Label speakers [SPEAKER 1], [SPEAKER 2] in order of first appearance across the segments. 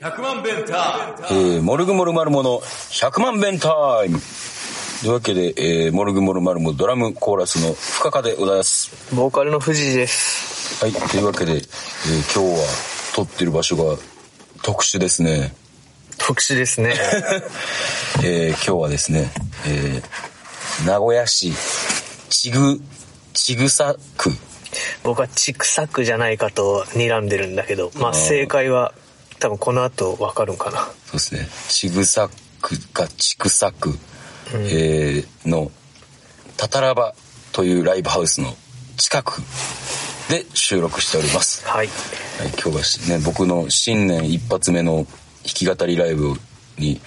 [SPEAKER 1] 100万弁タイム
[SPEAKER 2] えー、モルグモルマルモの100万弁タイムというわけで、えー、モルグモルマルモドラムコーラスの深川でございます。
[SPEAKER 3] ボーカルの藤井です。
[SPEAKER 2] はい、というわけで、えー、今日は撮ってる場所が特殊ですね。
[SPEAKER 3] 特殊ですね。
[SPEAKER 2] えー、今日はですね、えー、名古屋市ちぐ、ちぐさ区。
[SPEAKER 3] 僕はちくさくじゃないかと睨んでるんだけど、まあ正解は多分この後わかるんかな。
[SPEAKER 2] そうですね。ちぐさ区かちくさ区、えーの、たたらばというライブハウスの近くで収録しております。
[SPEAKER 3] はい。
[SPEAKER 2] はい、今日はしね、僕の新年一発目の弾き語りライブに、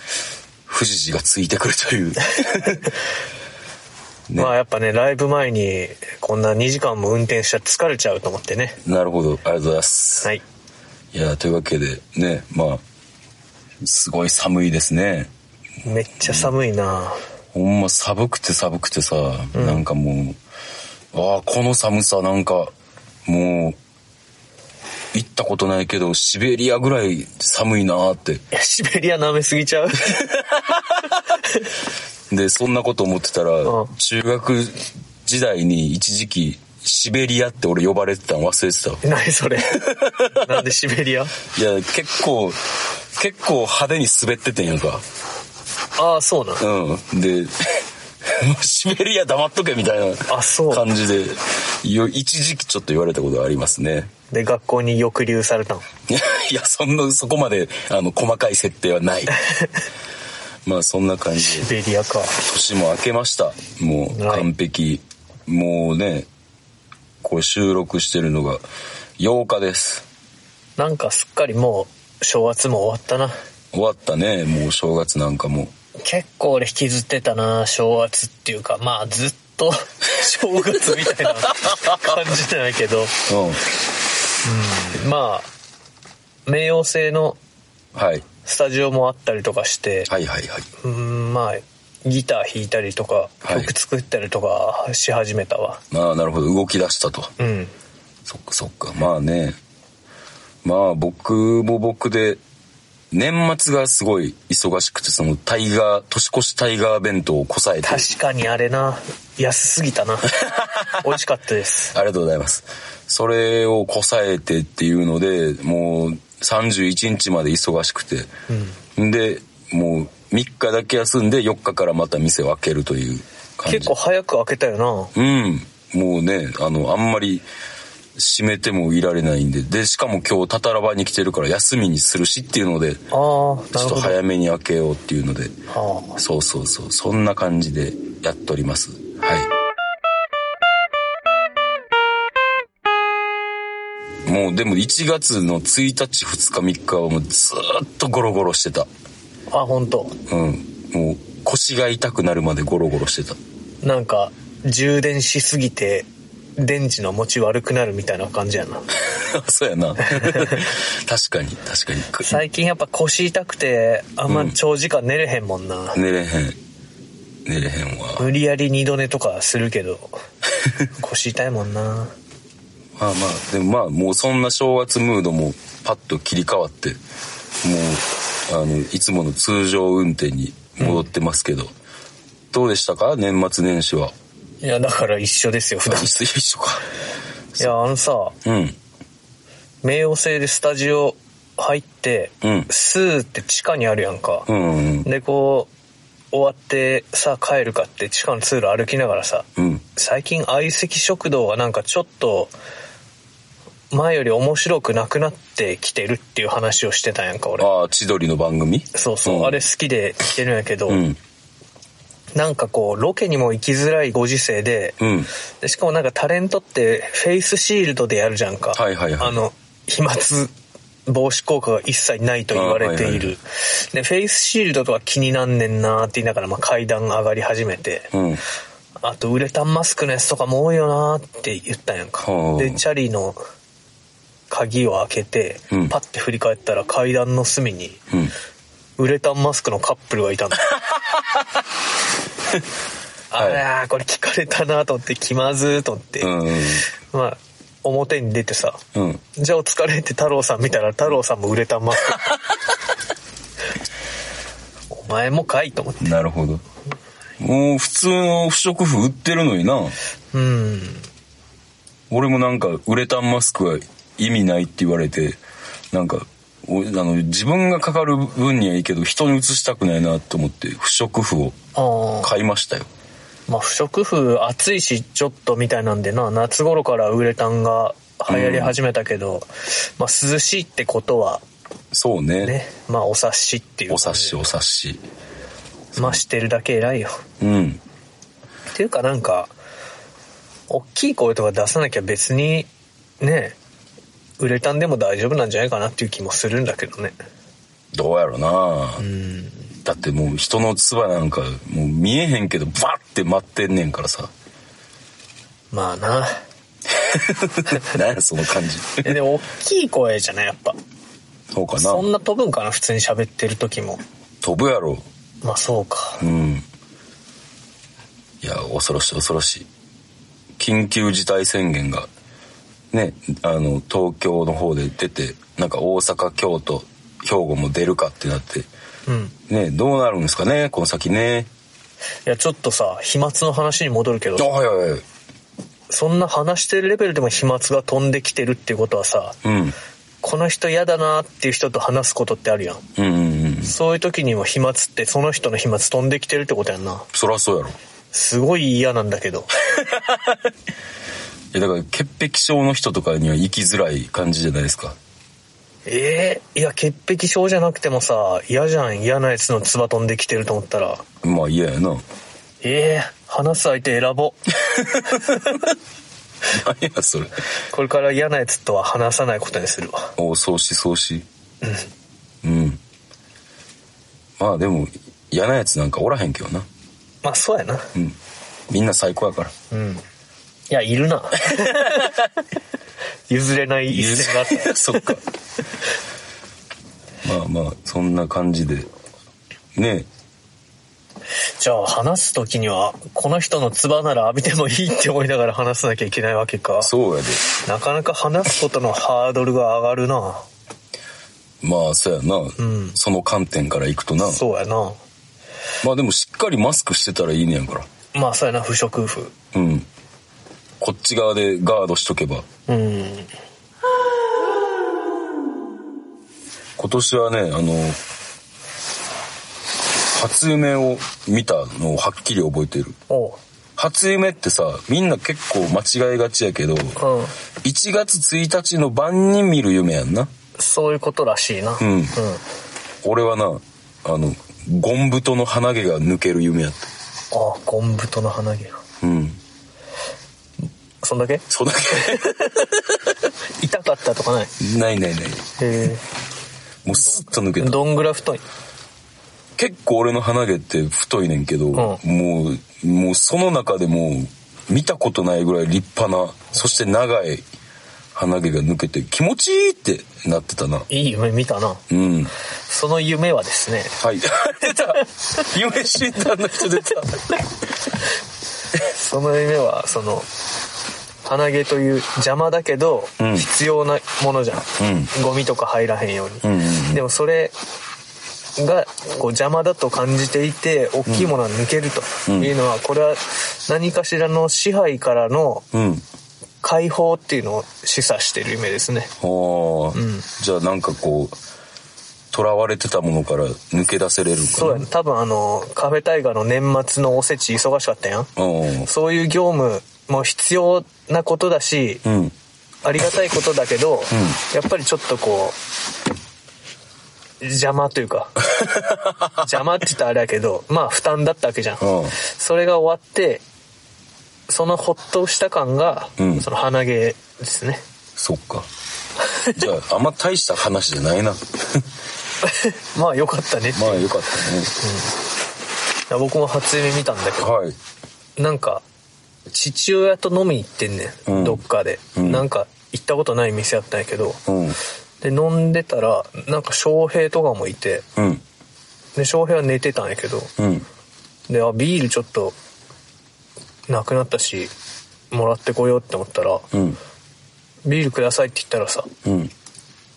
[SPEAKER 2] 富士寺がついてくるという。ね
[SPEAKER 3] まあやっぱね、ライブ前にこんな2時間も運転したら疲れちゃうと思ってね。
[SPEAKER 2] なるほど、ありがとうございます。
[SPEAKER 3] はい。
[SPEAKER 2] いやーというわけでねまあすごい寒いですね
[SPEAKER 3] めっちゃ寒いな
[SPEAKER 2] ほんま寒くて寒くてさ、なんかもうああこの寒さなんかもう行ったことないけどシベリアぐらい寒いなーって
[SPEAKER 3] いやシベリア舐めすぎちゃう
[SPEAKER 2] でそんなこと思ってたら、
[SPEAKER 3] うん
[SPEAKER 2] 中学時代に一時期シベリアって俺呼ばれてたの忘れてた
[SPEAKER 3] 何そ れ。なんでシベリア
[SPEAKER 2] いや結構結構派手に滑っててんやんか
[SPEAKER 3] ああ、そうなん。
[SPEAKER 2] うん。で、 シベリア黙っとけみたい
[SPEAKER 3] あそう
[SPEAKER 2] な感じで、よ一時期ちょっと言われたことがありますね。
[SPEAKER 3] で、学校に抑留されたの。
[SPEAKER 2] いや、そんな、そこまで、あの、細かい設定は ない。まあ、そんな感じで、
[SPEAKER 3] シベリアか。
[SPEAKER 2] 年も明けました。もう、
[SPEAKER 3] はい
[SPEAKER 2] 完璧。もうね、これ収録してるのが8日です。
[SPEAKER 3] なんかすっかりもう正月も終わったな。
[SPEAKER 2] 終わったね、もう正月なんかも。
[SPEAKER 3] 結構俺引きずってたな正月っていうかまあずっ と正月みたいな感じじゃないけど
[SPEAKER 2] う
[SPEAKER 3] まあ冥王星の
[SPEAKER 2] ん。はい。
[SPEAKER 3] スタジオもあったりとかして、
[SPEAKER 2] はいはいはい。
[SPEAKER 3] うんまあギター弾いたりとか
[SPEAKER 2] はい
[SPEAKER 3] 曲作ったりとかし始めたわ、
[SPEAKER 2] ああ、なるほど。動き出したと。
[SPEAKER 3] うん
[SPEAKER 2] そっかそっか。まあね。まあ僕も僕で、年末がすごい忙しくて、そのタイガー、年越しタイガー弁当をこさえて。あ
[SPEAKER 3] 確かにあれな安すぎ たな美味しかったです
[SPEAKER 2] りがとうございます。それをこさえてっていうので、もう31日まで忙しくて。で、もう3日だけ休んで4日からまた店を開けるという感じ。
[SPEAKER 3] 結構早く開けたよ
[SPEAKER 2] うん。もうね、あの、あんまり閉めてもいられないんで。で、しかも今日タタラバに来てるから休みにするしっていうので、
[SPEAKER 3] なああ
[SPEAKER 2] ち
[SPEAKER 3] な
[SPEAKER 2] ょ
[SPEAKER 3] る
[SPEAKER 2] っと
[SPEAKER 3] ほど
[SPEAKER 2] 早めに開けようっていうので、
[SPEAKER 3] ああ
[SPEAKER 2] そうそうそう、そんな感じでやっております。はい。もうでも1月の1日、2日、3日はもうずーっとゴロゴロしてた。
[SPEAKER 3] あ本当
[SPEAKER 2] うん。もう腰が痛くなるまでゴロゴロしてた。
[SPEAKER 3] なんか充電しすぎて電池の持ち悪くなるみたいな感じやな
[SPEAKER 2] そうやな。 確かに、確かに。
[SPEAKER 3] 最近やっぱ腰痛くてあんま長時間寝れへんもんな、
[SPEAKER 2] 寝れへん。寝れへんわ。
[SPEAKER 3] 無理やり二度寝とかするけど腰痛いもんな
[SPEAKER 2] まあまあ、でもまあ、もうそんな正月ムードもパッと切り替わって、もう、あの、いつもの通常運転に戻ってますけど、どうでしたか年末年始は。
[SPEAKER 3] いやだから一緒ですよ普段
[SPEAKER 2] 一緒か。
[SPEAKER 3] いやあのさ
[SPEAKER 2] うん。
[SPEAKER 3] 冥王星でスタジオ入って、
[SPEAKER 2] うん
[SPEAKER 3] スーって地下にあるやんか、
[SPEAKER 2] うんうん
[SPEAKER 3] でこう終わってさ帰るかって地下の通路歩きながらさ、
[SPEAKER 2] うん。
[SPEAKER 3] 最近相席食堂はなんかちょっと前より面白くなくなってきてるっていう話をしてたやんか俺
[SPEAKER 2] ああ、千鳥の番組
[SPEAKER 3] そうそう、
[SPEAKER 2] うん
[SPEAKER 3] あれ好きで来てるんやけど、
[SPEAKER 2] うん。
[SPEAKER 3] なんかこうロケにも行きづらいご時世で,、
[SPEAKER 2] うん。
[SPEAKER 3] でしかもなんかタレントってフェイスシールドでやるじゃんか、
[SPEAKER 2] はいはいはい
[SPEAKER 3] あの飛沫防止効果が一切ないと言われている、
[SPEAKER 2] あは
[SPEAKER 3] でフェイスシールドとか気になんねんなーって言いながら、まあ、階段上がり始めて、
[SPEAKER 2] うん。
[SPEAKER 3] あとウレタンマスクのやつとかも多いよなーって言ったんやんか
[SPEAKER 2] ほ。う
[SPEAKER 3] で、チャリの鍵を開けて、
[SPEAKER 2] うん
[SPEAKER 3] パッて振り返ったら階段の隅に、
[SPEAKER 2] うん。
[SPEAKER 3] ウレタンマスクのカップルが いたの。あらー、これ聞かれたなと思って、気まずーと思って。
[SPEAKER 2] うんうん。
[SPEAKER 3] まあ、表に出てさ、
[SPEAKER 2] うん
[SPEAKER 3] じゃあお疲れって太郎さん見たら太郎さんも売れたマス ク。お前もかいと思って。
[SPEAKER 2] なるほどもう普通の不織布売ってるのにな
[SPEAKER 3] うん。
[SPEAKER 2] 俺もなんかウレタンマスクは意味ないって言われてなんかおあの自分がかかる分にはいいけど人に移したくないなと思って不織布を
[SPEAKER 3] ああ。
[SPEAKER 2] 買いましたよ
[SPEAKER 3] まあ不織布暑いしちょっとみたいなんでな、夏頃からウレタンが流行り始めたけど、まあ涼しいってことは
[SPEAKER 2] そうね
[SPEAKER 3] ね、まあお察しっていう
[SPEAKER 2] お
[SPEAKER 3] 感
[SPEAKER 2] 察し
[SPEAKER 3] じ。
[SPEAKER 2] お察し
[SPEAKER 3] まあしてるだけ偉いよ。
[SPEAKER 2] うん
[SPEAKER 3] っていうかなんか大きい声とか出さなきゃ別にねウレタンでも大丈夫なんじゃないかなっていう気もするんだけどね
[SPEAKER 2] どうやろな、
[SPEAKER 3] うん
[SPEAKER 2] だってもう人の唾なんかもう見えへんけどバッて待ってんねんから さ
[SPEAKER 3] まあな
[SPEAKER 2] 何やその感じ
[SPEAKER 3] えでも大きい声じゃないやっ ぱ
[SPEAKER 2] そうか
[SPEAKER 3] そん
[SPEAKER 2] な
[SPEAKER 3] な飛ぶんかな普通に喋ってる時も
[SPEAKER 2] 飛ぶやろ
[SPEAKER 3] まあそうか
[SPEAKER 2] うんいや恐ろしい恐ろしい緊急事態宣言がねあの東京の方で出てなんか大阪京都兵庫も出るかってなって
[SPEAKER 3] うん
[SPEAKER 2] ねどうなるんですかねこの先ね
[SPEAKER 3] いやちょっとさ飛沫の話に戻るけ
[SPEAKER 2] あ
[SPEAKER 3] ど
[SPEAKER 2] はいはいはい
[SPEAKER 3] そんな話してるレベルでも飛沫が飛んできてるっていうことはさ
[SPEAKER 2] うん
[SPEAKER 3] この人嫌だなっていう人と話すことってあるやん
[SPEAKER 2] うんうんうん
[SPEAKER 3] そういう時にも飛沫ってその人の飛沫飛んできてるってことやんな
[SPEAKER 2] そらそうやろ
[SPEAKER 3] すごい嫌なんだけど。
[SPEAKER 2] いやだから潔癖症の人とかには生きづらい感じじゃないですか
[SPEAKER 3] ええいや、潔癖症じゃなくてもさ、嫌じゃん。嫌なやつの唾飛んできてると思ったら、
[SPEAKER 2] まあ嫌やな
[SPEAKER 3] ええ話す相手選ぼう。
[SPEAKER 2] 何やそれ
[SPEAKER 3] これから嫌なやつとは話さないことにするわ。
[SPEAKER 2] おそうしそうしうんまあでも嫌なやつなんかおらへんけどな
[SPEAKER 3] まあ、そうやな。
[SPEAKER 2] うんみんな最高やから
[SPEAKER 3] うん。いや、い るな。譲れない一線があっ た。
[SPEAKER 2] そっ かまあまあそんな感じでね
[SPEAKER 3] じゃあ、話すときには、この人の唾なら浴びてもいいって思いながら話さなきゃいけないわけか。
[SPEAKER 2] そうやで
[SPEAKER 3] なかなか話すことのハードルが上がるな。
[SPEAKER 2] まあそうやな、
[SPEAKER 3] ん
[SPEAKER 2] その観点からいくとな
[SPEAKER 3] そうやな。
[SPEAKER 2] まあでもしっかりマスクしてたらいいねやから
[SPEAKER 3] まあ、そうやな、不織布。
[SPEAKER 2] うんこっち側でガードしとけば
[SPEAKER 3] うん。
[SPEAKER 2] 今年はねあの初夢を見たのをはっきり覚えてる
[SPEAKER 3] おう。
[SPEAKER 2] 初夢ってさみんな結構間違いがちやけど
[SPEAKER 3] うん。
[SPEAKER 2] 1月1日の晩に見る夢やんな
[SPEAKER 3] そういうことらしいな。うんうん。
[SPEAKER 2] 俺はなあのゴンブトの鼻毛が抜ける夢やっ
[SPEAKER 3] ああ、ゴンブトの鼻毛が。
[SPEAKER 2] たうん
[SPEAKER 3] そんだけ
[SPEAKER 2] そうだ
[SPEAKER 3] 痛かったとかない
[SPEAKER 2] け ないないない
[SPEAKER 3] へ
[SPEAKER 2] もうスッと抜け
[SPEAKER 3] え。
[SPEAKER 2] た
[SPEAKER 3] どんぐらい太い
[SPEAKER 2] 結構俺の鼻毛って太いねんけど、も
[SPEAKER 3] う
[SPEAKER 2] うもうその中でもう見たことないぐらい立派なそして長い鼻毛が抜けて気持ちいいってなってたない
[SPEAKER 3] い夢見たな。
[SPEAKER 2] うんは
[SPEAKER 3] その夢はですね、
[SPEAKER 2] い 出た夢診断の人出た
[SPEAKER 3] その夢は、その、鼻毛という邪魔だけど、
[SPEAKER 2] うん
[SPEAKER 3] 必要なものじゃん。ゴミとか入らへんように。
[SPEAKER 2] うんうん
[SPEAKER 3] でもそれがこう邪魔だと感じていて大きいものは抜けるというのは、これは何かしらの支配からの
[SPEAKER 2] うん
[SPEAKER 3] 解放っていうのを示唆している夢ですね
[SPEAKER 2] ああ、
[SPEAKER 3] うん
[SPEAKER 2] じゃあなんかこう囚われてたものから抜け出せれるかな
[SPEAKER 3] そうやね多分あのカフェタイガーの年末のおせち忙しかったやん
[SPEAKER 2] うん
[SPEAKER 3] そういう業務も必要なことだし、
[SPEAKER 2] うん
[SPEAKER 3] ありがたいことだけど、やっぱりちょっとこう邪魔とい うか邪魔って言ったらあれやけどまあ負担だったわけじゃん
[SPEAKER 2] うん
[SPEAKER 3] それが終わってそのほっとした感が、
[SPEAKER 2] うん
[SPEAKER 3] その鼻毛ですね
[SPEAKER 2] そっかじゃああんま大した話じゃないな
[SPEAKER 3] まあよかったねって、
[SPEAKER 2] まあよかったね
[SPEAKER 3] 僕も初夢見たんだけど
[SPEAKER 2] はい
[SPEAKER 3] なんか父親と飲み行ってんねん、
[SPEAKER 2] うん
[SPEAKER 3] どっかで、
[SPEAKER 2] うん
[SPEAKER 3] なんか行ったことない店やったんやけど
[SPEAKER 2] うん
[SPEAKER 3] で飲んでたらなんか翔平とかもいて
[SPEAKER 2] うん
[SPEAKER 3] で翔平は寝てたんやけど
[SPEAKER 2] うん
[SPEAKER 3] であビールちょっとなくなったしもらってこようって思ったら、
[SPEAKER 2] うん
[SPEAKER 3] ビールくださいって言ったらさ、
[SPEAKER 2] うん。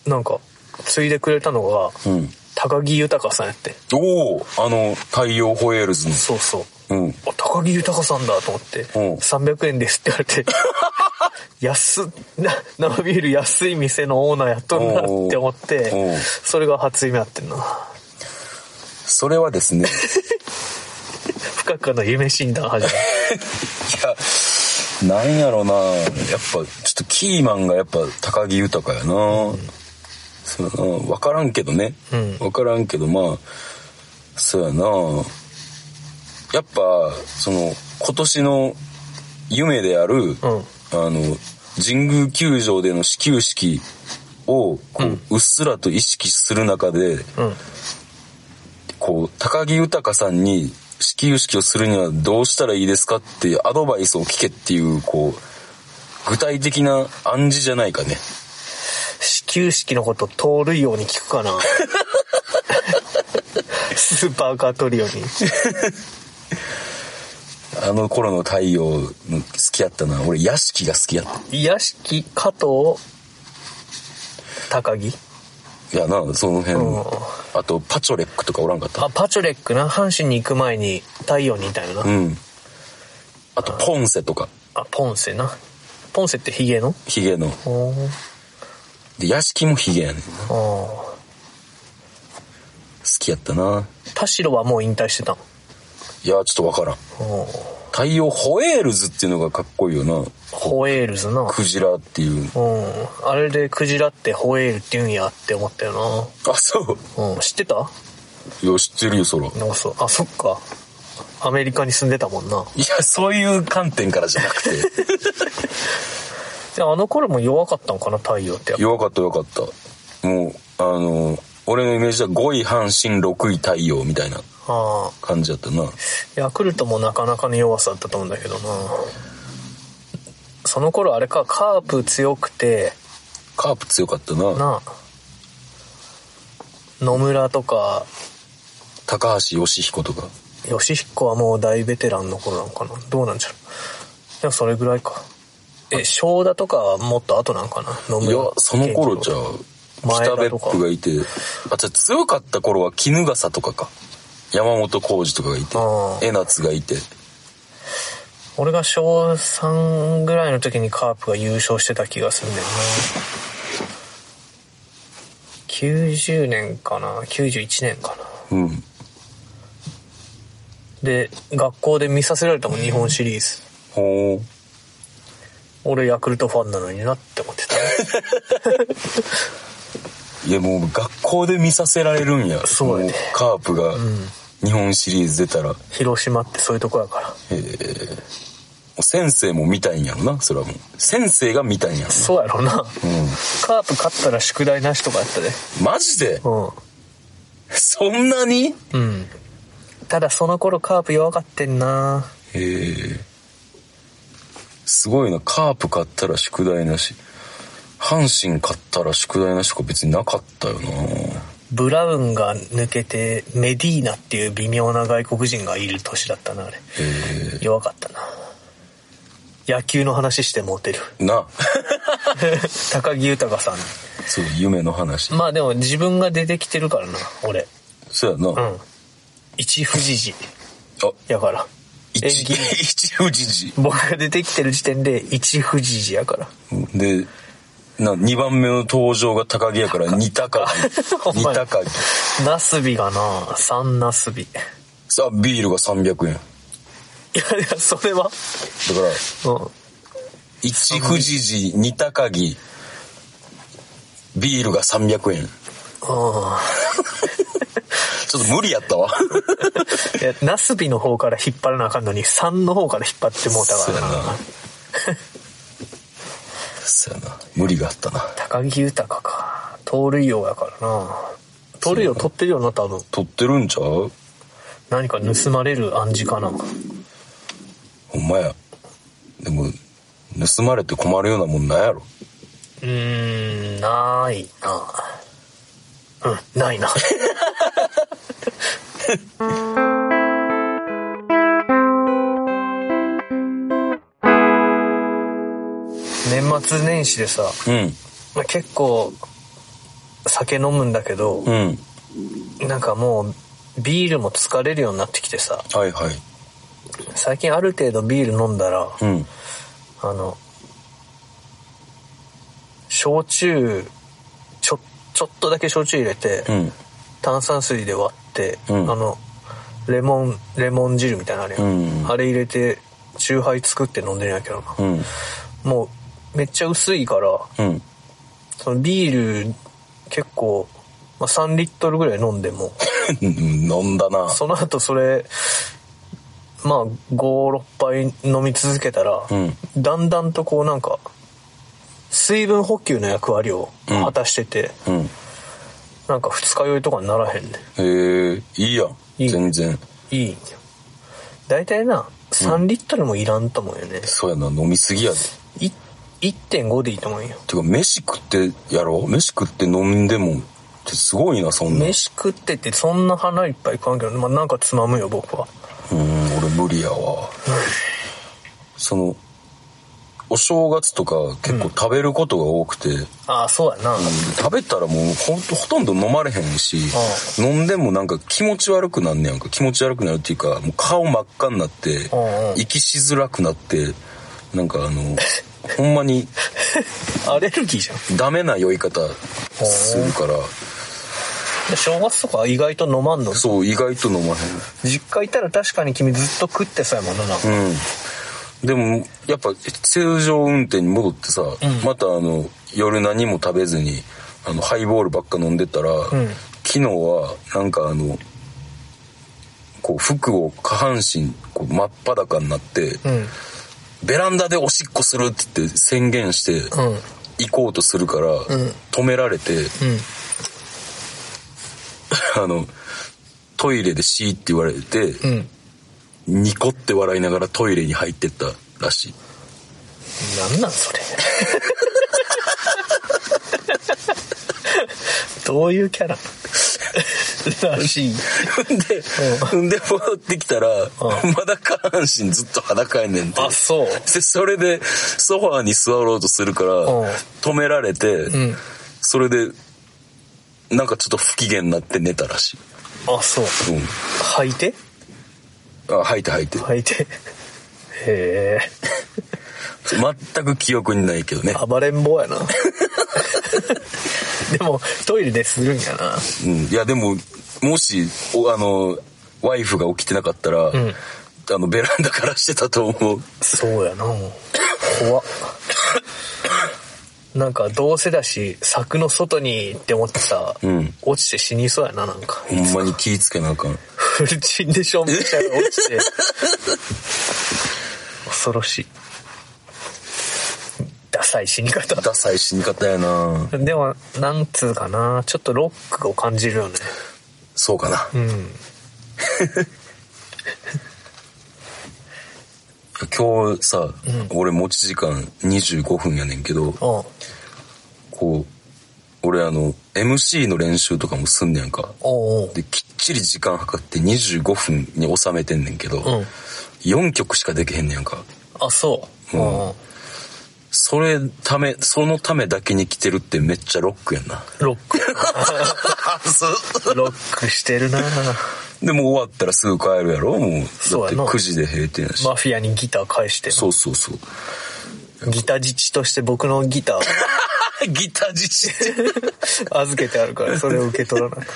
[SPEAKER 3] なんか、ついでくれたのが、
[SPEAKER 2] うん。
[SPEAKER 3] 高木豊さんやって。
[SPEAKER 2] おおあの、太陽ホエールズ
[SPEAKER 3] そうそう。
[SPEAKER 2] の。うん。
[SPEAKER 3] あ高木豊さんだと思って、
[SPEAKER 2] うん
[SPEAKER 3] 300円ですって言われて、 安っな、生ビール安い店のオーナーやっとるなって思っ
[SPEAKER 2] おうお
[SPEAKER 3] て
[SPEAKER 2] う、
[SPEAKER 3] それが初夢やってんな。
[SPEAKER 2] それは ですね、
[SPEAKER 3] 不可可の夢診断始まる。
[SPEAKER 2] いや、なんやろなやっぱ、ちょっとキーマンがやっぱ高木豊やな、そうやなわからんけどね。
[SPEAKER 3] うん
[SPEAKER 2] わからんけど、まあ、そうやなやっぱ、その、今年の夢である、
[SPEAKER 3] うん。
[SPEAKER 2] あの、神宮球場での始球式を、こう、うっすらと意識する中で、
[SPEAKER 3] うん。
[SPEAKER 2] こう、高木豊さんに始球式をするにはどうしたらいいですかっていうアドバイスを聞けっていう、こう、具体的な暗示じゃないかね。
[SPEAKER 3] 始球式のこと、盗塁王に聞くかな スーパーカートリオに。
[SPEAKER 2] あの頃の太陽の好きやったな。俺、屋敷が好きやっ
[SPEAKER 3] 屋敷、加藤、高木。
[SPEAKER 2] た。いやな、その辺。
[SPEAKER 3] うん
[SPEAKER 2] あと、パチョレックとかおらんかった。
[SPEAKER 3] あ、パチョレックな。阪神に行く前に太陽にいたよな。
[SPEAKER 2] うん。あと、ポンセとか、
[SPEAKER 3] あ、ポンセな。ポンセってヒゲの
[SPEAKER 2] ヒゲの。
[SPEAKER 3] おー
[SPEAKER 2] で、屋敷もヒゲやねんな。好
[SPEAKER 3] あ
[SPEAKER 2] きやったな。
[SPEAKER 3] ー田代はもう引退してたの。
[SPEAKER 2] いや、ちょっとわからん。
[SPEAKER 3] おー
[SPEAKER 2] 太陽ホエールズっていうのがかっこいいよな。
[SPEAKER 3] ホエールズな。
[SPEAKER 2] クジラっていう。
[SPEAKER 3] うん。あれでクジラってホエールって言うんやって思ったよ
[SPEAKER 2] あ、そう。
[SPEAKER 3] な。うん。知ってた
[SPEAKER 2] いや、知ってるよ、そら。い
[SPEAKER 3] なんかそう。あ、そっか。アメリカに住んでたもんな。
[SPEAKER 2] や、そういう観点からじゃなくて。
[SPEAKER 3] で、あの頃も弱かったのかな、太陽って。
[SPEAKER 2] 弱かった、弱かった。もう、あの、俺のイメージは5位阪神、6位太陽みたいな
[SPEAKER 3] ああ。
[SPEAKER 2] 感じだったな。
[SPEAKER 3] ヤクルトもなかなかの弱さだったと思うんだけどな。その頃あれか、カープ強くて、
[SPEAKER 2] カープ強かったな。
[SPEAKER 3] な野村とか、
[SPEAKER 2] 高橋義彦とか。
[SPEAKER 3] 吉彦はもう大ベテランの頃なのかなどうなんじゃろうでもそれぐらいか。え、正田とかはもっと後なんかな野
[SPEAKER 2] い
[SPEAKER 3] 村。
[SPEAKER 2] や、その頃じゃ
[SPEAKER 3] う。
[SPEAKER 2] う。
[SPEAKER 3] 前田
[SPEAKER 2] 北
[SPEAKER 3] とか
[SPEAKER 2] 別府がいて。あ、じゃあ強かった頃は衣笠とかか。山本浩二とかがいて
[SPEAKER 3] あー。
[SPEAKER 2] 江夏がいて。
[SPEAKER 3] 俺が小3ぐらいの時にカープが優勝してた気がするんだよな。90年かな ?91 年かな
[SPEAKER 2] うん。
[SPEAKER 3] で、学校で見させられたもん、日本シリーズ。
[SPEAKER 2] ほう。
[SPEAKER 3] 俺ヤクルトファンなのになって思ってた。
[SPEAKER 2] いやもう学校で見させられるんや
[SPEAKER 3] そうやね
[SPEAKER 2] もカープが日本シリーズ出たら、
[SPEAKER 3] 広島ってそういうとこやから。
[SPEAKER 2] 先生も見たいんやろなそれはもう先生が見たいんやろ
[SPEAKER 3] そうやろな。
[SPEAKER 2] な、う
[SPEAKER 3] カープ勝ったら宿題なしとかやったで。
[SPEAKER 2] ん、マジで
[SPEAKER 3] う
[SPEAKER 2] そんなに
[SPEAKER 3] ん。うん。ただその頃カープ弱かってんな
[SPEAKER 2] へえすごいなカープ買ったら宿題なし阪神買ったら宿題なしとか別になかったよな
[SPEAKER 3] ブラウンが抜けて、メディーナっていう微妙な外国人がいる年だったな、あれ。弱かったな野球の話してモテる。
[SPEAKER 2] な
[SPEAKER 3] 高木豊さん。
[SPEAKER 2] そう夢の話
[SPEAKER 3] まあでも自分が出てきてるからな、俺。
[SPEAKER 2] そうやな、
[SPEAKER 3] う
[SPEAKER 2] あ
[SPEAKER 3] ん。一富士寺。やから。
[SPEAKER 2] 一
[SPEAKER 3] 演技
[SPEAKER 2] 一富士
[SPEAKER 3] 僕が出てきてる時点で一富士寺やから。
[SPEAKER 2] で、な、2番目の登場が高木や から、似たか
[SPEAKER 3] お。
[SPEAKER 2] 似
[SPEAKER 3] 前
[SPEAKER 2] た か。
[SPEAKER 3] ナスビがな三ナスビ。い
[SPEAKER 2] さあ、ビールが300円。だか
[SPEAKER 3] やいや、それは。
[SPEAKER 2] ら、
[SPEAKER 3] うん。
[SPEAKER 2] 一富士寺、似たかぎ、ビールが300円。ちょっと無理やったわ。
[SPEAKER 3] いや、ナスビの方から引っ張らなあかんのに、3の方から引っ張ってもうたか
[SPEAKER 2] そう
[SPEAKER 3] ら
[SPEAKER 2] や
[SPEAKER 3] な。
[SPEAKER 2] な。そうやな。無理があったな。
[SPEAKER 3] 高木豊か。盗塁王やからな。盗塁王取ってるよな、多分。
[SPEAKER 2] 取ってるんちゃう
[SPEAKER 3] 何か盗まれる暗示かな。
[SPEAKER 2] ほんまや。でも、盗まれて困るようなもんなんやろ。
[SPEAKER 3] うーん、ないな。うん、ないな。年末年始でさ、
[SPEAKER 2] うん
[SPEAKER 3] まあ、結構酒飲むんだけど、
[SPEAKER 2] うん
[SPEAKER 3] なんかもうビールも疲れるようになってきてさ
[SPEAKER 2] はいはい
[SPEAKER 3] 最近ある程度ビール飲んだら
[SPEAKER 2] うん
[SPEAKER 3] あの焼酎ちょちょっとだけ焼酎入れて、
[SPEAKER 2] うん
[SPEAKER 3] 炭酸水で割って、
[SPEAKER 2] うん
[SPEAKER 3] あのレモンレモン汁みたいなのあれ、
[SPEAKER 2] うん
[SPEAKER 3] あれ入れてチューハイ作って飲んでるんやけどな、
[SPEAKER 2] うん
[SPEAKER 3] もうめっちゃ薄いから
[SPEAKER 2] うん
[SPEAKER 3] そのビール結構、まあ、3リットルぐらい飲んでも
[SPEAKER 2] 飲んだな
[SPEAKER 3] その後それまあ56杯飲み続けたら、
[SPEAKER 2] うん
[SPEAKER 3] だんだんとこうなんか水分補給の役割を果たしてて、
[SPEAKER 2] うん
[SPEAKER 3] なんか二日酔いとかにならへんね
[SPEAKER 2] へえいいやん
[SPEAKER 3] いい
[SPEAKER 2] 全然
[SPEAKER 3] いいんよ大体な3リットルもいらんと思うよね、
[SPEAKER 2] そうやな飲みすぎやで
[SPEAKER 3] い1.5でいいと思うよ
[SPEAKER 2] てか飯食ってやろ飯食って飲んでもってすごいなそんなん
[SPEAKER 3] 飯食っててそんな花いっぱい食わんけど、まあ、なんかつまむよ僕は
[SPEAKER 2] うん俺無理やわそのお正月とか結構食べることが多くて、
[SPEAKER 3] ああそうやな、
[SPEAKER 2] 食べたらもうほんとほとんど飲まれへんし、飲んでもなんか気持ち悪くなんねやんか気持ち悪くなるっていうかもう顔真っ赤になって、
[SPEAKER 3] んうん
[SPEAKER 2] 息しづらくなってなんかあのほんまに
[SPEAKER 3] アレルギーじゃん
[SPEAKER 2] ダメな酔い方するから、
[SPEAKER 3] で正月とか意外と飲まんの
[SPEAKER 2] そう意外と飲まへん
[SPEAKER 3] 実家いたら確かに君ずっと食ってさえもんななんか
[SPEAKER 2] うん。でも、やっぱ、通常運転に戻ってさ、またあの、夜何も食べずに、あの、ハイボールばっか飲んでたら、昨日は、なんかあの、こう、服を下半身、こう、真っ裸になって、
[SPEAKER 3] うん
[SPEAKER 2] ベランダでおしっこするって言って宣言して、
[SPEAKER 3] うん
[SPEAKER 2] 行こうとするから、止められて、
[SPEAKER 3] うん
[SPEAKER 2] あの、トイレでシーって言われて、
[SPEAKER 3] うん
[SPEAKER 2] ニコって笑いながらトイレに入ってったらしい。
[SPEAKER 3] なんなんそれ どういうキャラらしい
[SPEAKER 2] で、ん、で戻ってきたら、まだ下半身ずっと裸やねんて。
[SPEAKER 3] あそう
[SPEAKER 2] で、それで、ソファーに座ろうとするから、
[SPEAKER 3] ん
[SPEAKER 2] 止められて、
[SPEAKER 3] ん
[SPEAKER 2] それで、なんかちょっと不機嫌になって寝たらし
[SPEAKER 3] あそう
[SPEAKER 2] い。
[SPEAKER 3] 履いて
[SPEAKER 2] うん。あ、吐いて吐いて。
[SPEAKER 3] 履いてへえ
[SPEAKER 2] 全く記憶にないけどね。
[SPEAKER 3] 暴れん坊やな でもトイレでするんやな
[SPEAKER 2] うん。いや、でも、もし、おあの、ワイフが起きてなかったら、あの、ベランダからしてたと思う。
[SPEAKER 3] そうやなもう怖っなんかどうせだし柵の外にって思ってさ、
[SPEAKER 2] ん
[SPEAKER 3] 落ちて死にそうやななんか
[SPEAKER 2] ほんまに気ぃつけなあかん。
[SPEAKER 3] フルチンでしょみたいな落ちて 恐ろしいダサい死に方
[SPEAKER 2] ダサい死に方やな
[SPEAKER 3] でもなんつうかなちょっとロックを感じるよね
[SPEAKER 2] そうかな。
[SPEAKER 3] うん
[SPEAKER 2] 今日さ、俺持ち時間25分やねんけど、
[SPEAKER 3] お
[SPEAKER 2] こう、俺あの、MC の練習とかもすんねやんか。
[SPEAKER 3] おうおう
[SPEAKER 2] で、きっちり時間計って25分に収めてんねんけど、
[SPEAKER 3] ん
[SPEAKER 2] 4曲しかできへんねやんか。
[SPEAKER 3] あそう、
[SPEAKER 2] うん
[SPEAKER 3] おうおう
[SPEAKER 2] それため、そのためだけに来てるってめっちゃロックやんな。
[SPEAKER 3] ロックロックしてるな
[SPEAKER 2] で、もう終わったらすぐ帰るやろもう。だって
[SPEAKER 3] そうやな
[SPEAKER 2] 9時で閉店やし。
[SPEAKER 3] マフィアにギター返して
[SPEAKER 2] そうそうそう。
[SPEAKER 3] ギター自治として僕のギ ターを
[SPEAKER 2] ギター自治
[SPEAKER 3] 預けてあるからそれを受け取らない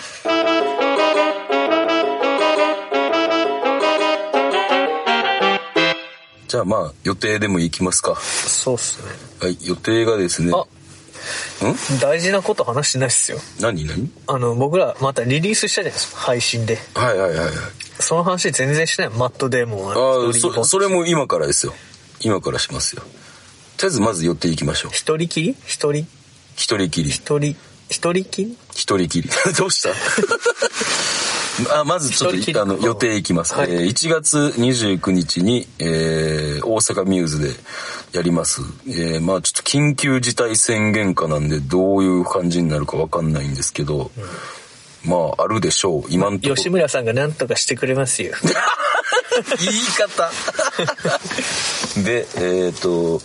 [SPEAKER 2] じゃあまあ、予定でも行きますか。
[SPEAKER 3] そうっすね
[SPEAKER 2] はい、予定がですね。
[SPEAKER 3] あ
[SPEAKER 2] ん
[SPEAKER 3] 大事なこと話してないっすよ
[SPEAKER 2] 何何
[SPEAKER 3] あの僕らまたリリースしたじゃないですか配信で
[SPEAKER 2] はいはいはいはい。
[SPEAKER 3] その話全然しないマットデーモン
[SPEAKER 2] あ
[SPEAKER 3] は
[SPEAKER 2] あ、
[SPEAKER 3] 一人ぼ
[SPEAKER 2] そ、
[SPEAKER 3] っち
[SPEAKER 2] それも今からですよ。今からしますよ。とりあえずまず寄っていきましょう。
[SPEAKER 3] 一人きり一人
[SPEAKER 2] 一人きり。
[SPEAKER 3] 一人一人きり
[SPEAKER 2] 一人きり。 どうした あまずちょ
[SPEAKER 3] 一人
[SPEAKER 2] っ
[SPEAKER 3] き
[SPEAKER 2] と
[SPEAKER 3] り
[SPEAKER 2] あの予定いきます、
[SPEAKER 3] はい
[SPEAKER 2] えー1月29日に、えー大阪ミューズでやります、えーまあちょっと緊急事態宣言下なんでどういう感じになるかわかんないんですけど、まああるでしょう今んとこ
[SPEAKER 3] 吉村さんが何とかしてくれますよ
[SPEAKER 2] 言い方でえっ、と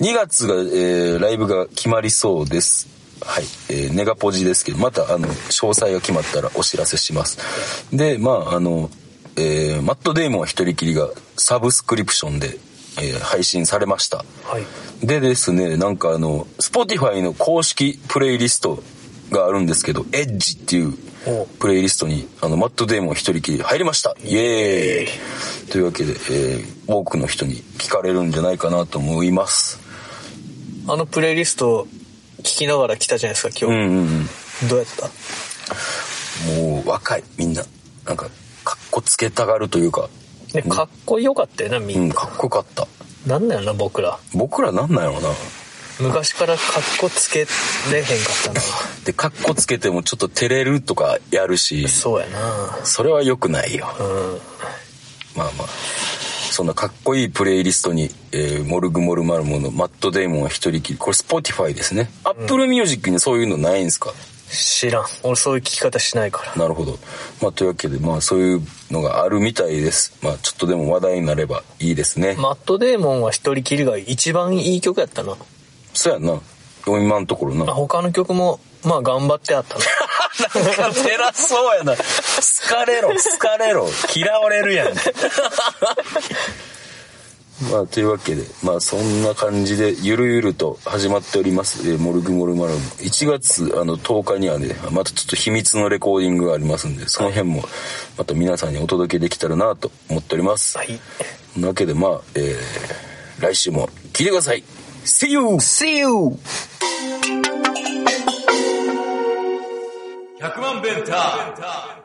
[SPEAKER 2] 2月が、えーライブが決まりそうです。はい。えーネガポジですけど、また、あの、詳細が決まったらお知らせします。で、まあ、あの、えーマットデイモンは一人きりがサブスクリプションで、えー配信されました。
[SPEAKER 3] はい
[SPEAKER 2] でですね、なんかあの、Spotify の公式プレイリストがあるんですけど、エッジっていう
[SPEAKER 3] お
[SPEAKER 2] プレイリストに、あの、マットデーモン一人きり入りましたイエーイというわけで、えー多くの人に聞かれるんじゃないかなと思います。
[SPEAKER 3] あのプレイリスト聞きながら来たじゃないですか今
[SPEAKER 2] うん
[SPEAKER 3] 日、
[SPEAKER 2] うん
[SPEAKER 3] どうやった
[SPEAKER 2] うん。もう若い、みんな。なんか、かっこつけたがるというか、
[SPEAKER 3] でかっこよかったよなみ
[SPEAKER 2] うんん、
[SPEAKER 3] な、
[SPEAKER 2] かっこよかった。
[SPEAKER 3] なんだよな僕ら
[SPEAKER 2] 僕らなんなんやろな。
[SPEAKER 3] 昔からかっこつけれへんかったな
[SPEAKER 2] で、かっこつけてもちょっと照れるとかやるし、
[SPEAKER 3] そうやな
[SPEAKER 2] それは良くないよ。
[SPEAKER 3] うん
[SPEAKER 2] まあまあそんなかっこいいプレイリストに、えーモルグモルマルモのマット・デイモンは一人きりこれ Spotify ですね Apple Music にそういうのないんですか、
[SPEAKER 3] 知らん俺そういう聞き方しないから
[SPEAKER 2] なるほど、まあ、というわけでまあそういうのがあるみたいですまあちょっとでも話題になればいいですね、
[SPEAKER 3] マットデーモンは一人きりが一番いい曲やったな
[SPEAKER 2] そうやんな今のところな
[SPEAKER 3] まあ他の曲もまあ頑張ってあったな
[SPEAKER 2] 偉そうやな好かれろ好かれろ嫌われるやん まあというわけでまあそんな感じでゆるゆると始まっております「えーモルグモルマルモ」1月あの10日にはねまたちょっと秘密のレコーディングがありますんでその辺もまた皆さんにお届けできたらなと思っております、
[SPEAKER 3] はい
[SPEAKER 2] なわけでまあえー来週も聞いてください See you!
[SPEAKER 3] See you!
[SPEAKER 1] 100万ベンター